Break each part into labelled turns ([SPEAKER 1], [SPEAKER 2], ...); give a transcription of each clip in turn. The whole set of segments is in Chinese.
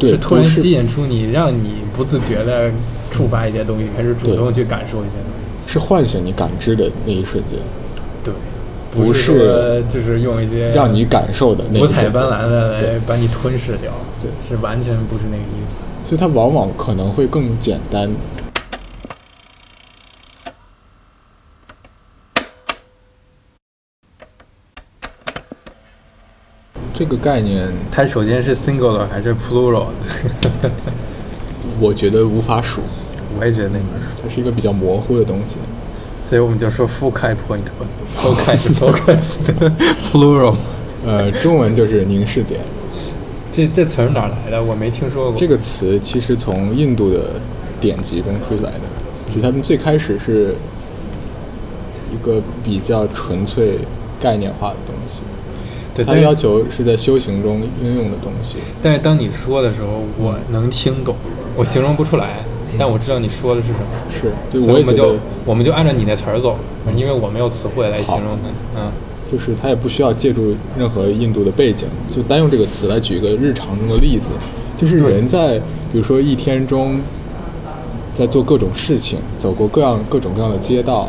[SPEAKER 1] 对
[SPEAKER 2] 是突然
[SPEAKER 1] 不是
[SPEAKER 2] 吸引出你，让你不自觉的触发一些东西，开始主
[SPEAKER 1] 对
[SPEAKER 2] 动去感受一些东
[SPEAKER 1] 是唤醒你感知的那一瞬间，
[SPEAKER 2] 西，对，
[SPEAKER 1] 不
[SPEAKER 2] 不
[SPEAKER 1] 是
[SPEAKER 2] 说就是用一些
[SPEAKER 1] 让你感受的那一
[SPEAKER 2] 五
[SPEAKER 1] 瞬间
[SPEAKER 2] 彩斑斓的来
[SPEAKER 1] 对
[SPEAKER 2] 把你吞噬掉，
[SPEAKER 1] 对
[SPEAKER 2] 是完全不是那个意思。
[SPEAKER 1] 所以它往往可能会更简单。这个概念，
[SPEAKER 2] 它首先是 single 还是 plural 的？
[SPEAKER 1] 我觉得无法数，
[SPEAKER 2] 我也觉得那本书，
[SPEAKER 1] 它是一个比较模糊的东西。
[SPEAKER 2] 所以我们就说 focal point 吧，focal 是 focus 的 plural。
[SPEAKER 1] 呃，中文就是凝视点
[SPEAKER 2] 这这词儿哪儿来的？我没听说过。
[SPEAKER 1] 这个词，其实从印度的典籍中出来的，就是他们最开始是一个比较纯粹概念化的东西。
[SPEAKER 2] 对，
[SPEAKER 1] 他
[SPEAKER 2] 但
[SPEAKER 1] 要
[SPEAKER 2] 是
[SPEAKER 1] 求是在修行中应用的东西。
[SPEAKER 2] 但是当你说的时候，我
[SPEAKER 1] 嗯
[SPEAKER 2] 能听懂，我形容不出来，但我知道你说的是什么。
[SPEAKER 1] 是，对，
[SPEAKER 2] 所
[SPEAKER 1] 我
[SPEAKER 2] 以我
[SPEAKER 1] 也觉
[SPEAKER 2] 们就
[SPEAKER 1] 得，
[SPEAKER 2] 我们就按照你那词儿走，因为我没有词汇来形容它。嗯，
[SPEAKER 1] 就是他也不需要借助任何印度的背景，就单用这个词来举一个日常中的例子，就是人在比如说一天中，在做各种事情，走过各样各种各样的街道，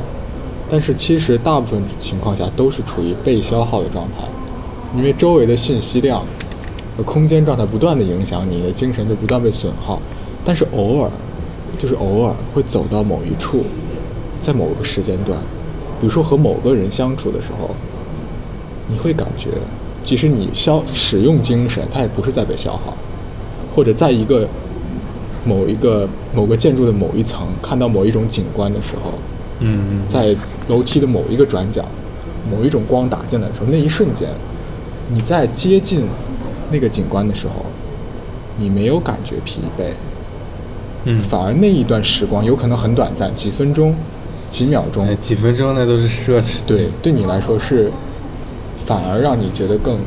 [SPEAKER 1] 但是其实大部分情况下都是处于被消耗的状态，因为周围的信息量和空间状态不断的影响你的精神，就不断被损耗。但是偶尔，就是偶尔会走到某一处，在某个时间段，比如说和某个人相处的时候，你会感觉，即使你消使用精神，它也不是在被消耗，或者在一个某一个某个建筑的某一层看到某一种景观的时候，
[SPEAKER 2] 嗯，
[SPEAKER 1] 在楼梯的某一个转角，某一种光打进来的时候，那一瞬间，你在接近那个景观的时候，你没有感觉疲惫，
[SPEAKER 2] 嗯，
[SPEAKER 1] 反而那一段时光有可能很短暂，几分钟、几秒钟，
[SPEAKER 2] 哎几分钟那都是奢侈。
[SPEAKER 1] 对，对你来说是，反而让你觉得更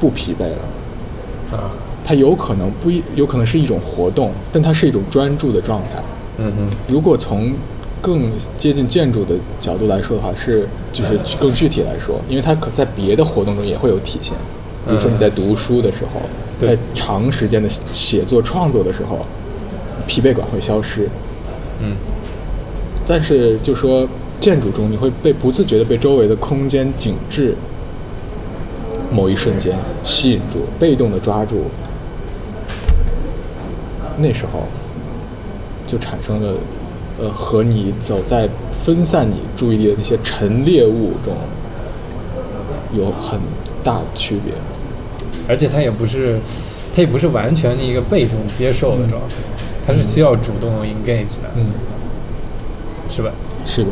[SPEAKER 1] 不疲惫了。
[SPEAKER 2] 啊，
[SPEAKER 1] 它有可能不一，有可能是一种活动，但它是一种专注的状态。
[SPEAKER 2] 嗯哼，
[SPEAKER 1] 如果从更接近建筑的角度来说的话，是就是更具体来说，因为它可在别的活动中也会有体现，比如说你在读书的时候，
[SPEAKER 2] 对
[SPEAKER 1] 在长时间的写作创作的时候，疲惫感会消失。
[SPEAKER 2] 嗯，
[SPEAKER 1] 但是就说建筑中，你会被不自觉的被周围的空间景致某一瞬间吸引住，被动的抓住，那时候就产生了呃和你走在分散你注意力的那些陈列物中有很大的区别。
[SPEAKER 2] 而且它也不是，它也不是完全的一个被动接受的状态，它是需要主动 engage 的，
[SPEAKER 1] 嗯，
[SPEAKER 2] 是吧？
[SPEAKER 1] 是的，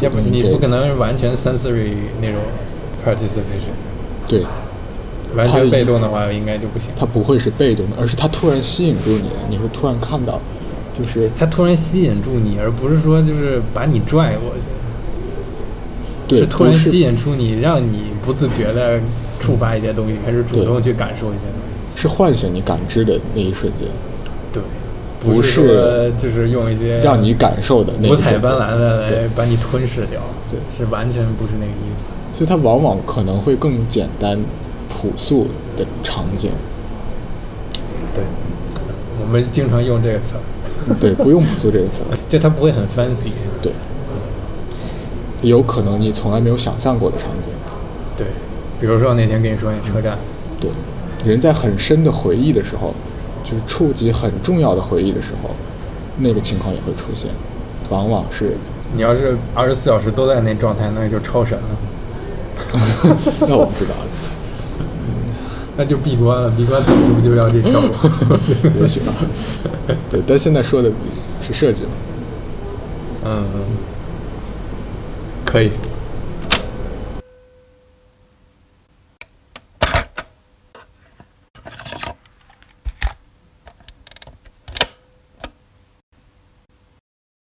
[SPEAKER 2] 要不你
[SPEAKER 1] 给
[SPEAKER 2] 不可能是完全 sensory 那种 participation，
[SPEAKER 1] 对，
[SPEAKER 2] 完
[SPEAKER 1] 它
[SPEAKER 2] 全
[SPEAKER 1] 一
[SPEAKER 2] 被动的话应该就不行。
[SPEAKER 1] 它不会是被动的，而是它突然吸引住你了，你会突然看到，就是
[SPEAKER 2] 它突然吸引住你，而不是说就是把你拽过去，
[SPEAKER 1] 对，
[SPEAKER 2] 是突然
[SPEAKER 1] 不是
[SPEAKER 2] 吸引出你，让你不自觉的触发一些东西，开始主
[SPEAKER 1] 对
[SPEAKER 2] 动去感受一些东
[SPEAKER 1] 是唤醒你感知的那一瞬间，
[SPEAKER 2] 西。对，
[SPEAKER 1] 不
[SPEAKER 2] 是
[SPEAKER 1] 是
[SPEAKER 2] 说就是用一些
[SPEAKER 1] 让你感受的那一
[SPEAKER 2] 五
[SPEAKER 1] 瞬间
[SPEAKER 2] 彩斑斓的来
[SPEAKER 1] 对
[SPEAKER 2] 把你吞噬掉，
[SPEAKER 1] 对
[SPEAKER 2] 是完全不是那个意思。
[SPEAKER 1] 所以它往往可能会更简单、朴素的场 景，
[SPEAKER 2] 对，我们经常用这个词儿，
[SPEAKER 1] 对，不用朴素这个词，
[SPEAKER 2] 就它不会很 fancy。
[SPEAKER 1] 对，有可能你从来没有想象过的场景，
[SPEAKER 2] 对，比如说那天跟你说那车站，
[SPEAKER 1] 对，人在很深的回忆的时候，就是触及很重要的回忆的时候，那个情况也会出现，往往是，
[SPEAKER 2] 你要是二十四小时都在那状态，那就超神了，
[SPEAKER 1] 那我不知道了。
[SPEAKER 2] 那就闭关了。闭关它是不是就要这 效果？
[SPEAKER 1] 也许吧。对，但现在说的是设计嘛，
[SPEAKER 2] 嗯嗯，可以。